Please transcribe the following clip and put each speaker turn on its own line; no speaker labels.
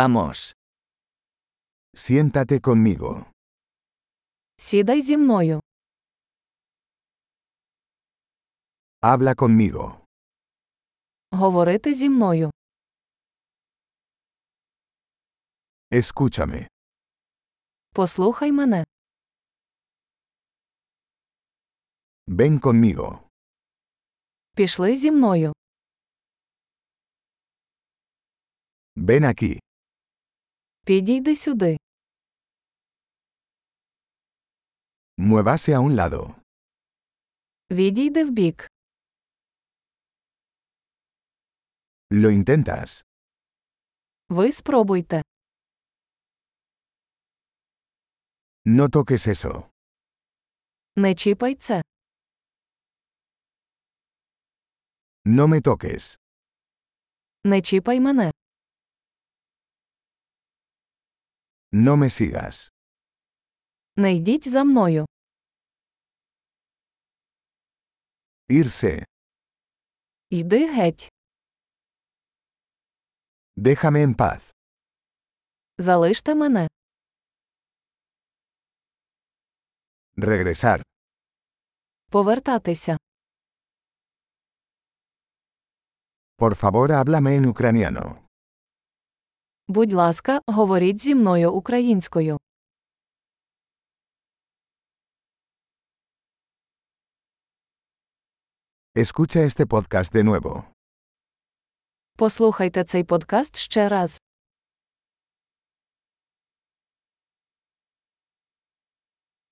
Vamos.
Siéntate conmigo.
Сідай зі мною.
Habla conmigo.
Говорити зі мною.
Escúchame.
Послухай мене.
Ven conmigo.
Пішли зі мною.
Ven aquí.
Підійди сюди.
Muévase a un lado.
Відійди вбік.
Lo intentas.
Ви спробуйте.
No toques eso.
Не чіпай це.
No me toques.
Не чіпай мене.
No me sigas.
Не йдіть за мною.
Irse.
Йди геть.
Déjame en paz.
Залиште мене.
Regresar.
Повертатися.
Por favor, háblame en ucraniano.
Будь ласка, говоріть зі мною українською.
Escucha este podcast de nuevo. este
Послухайте цей подкаст ще раз.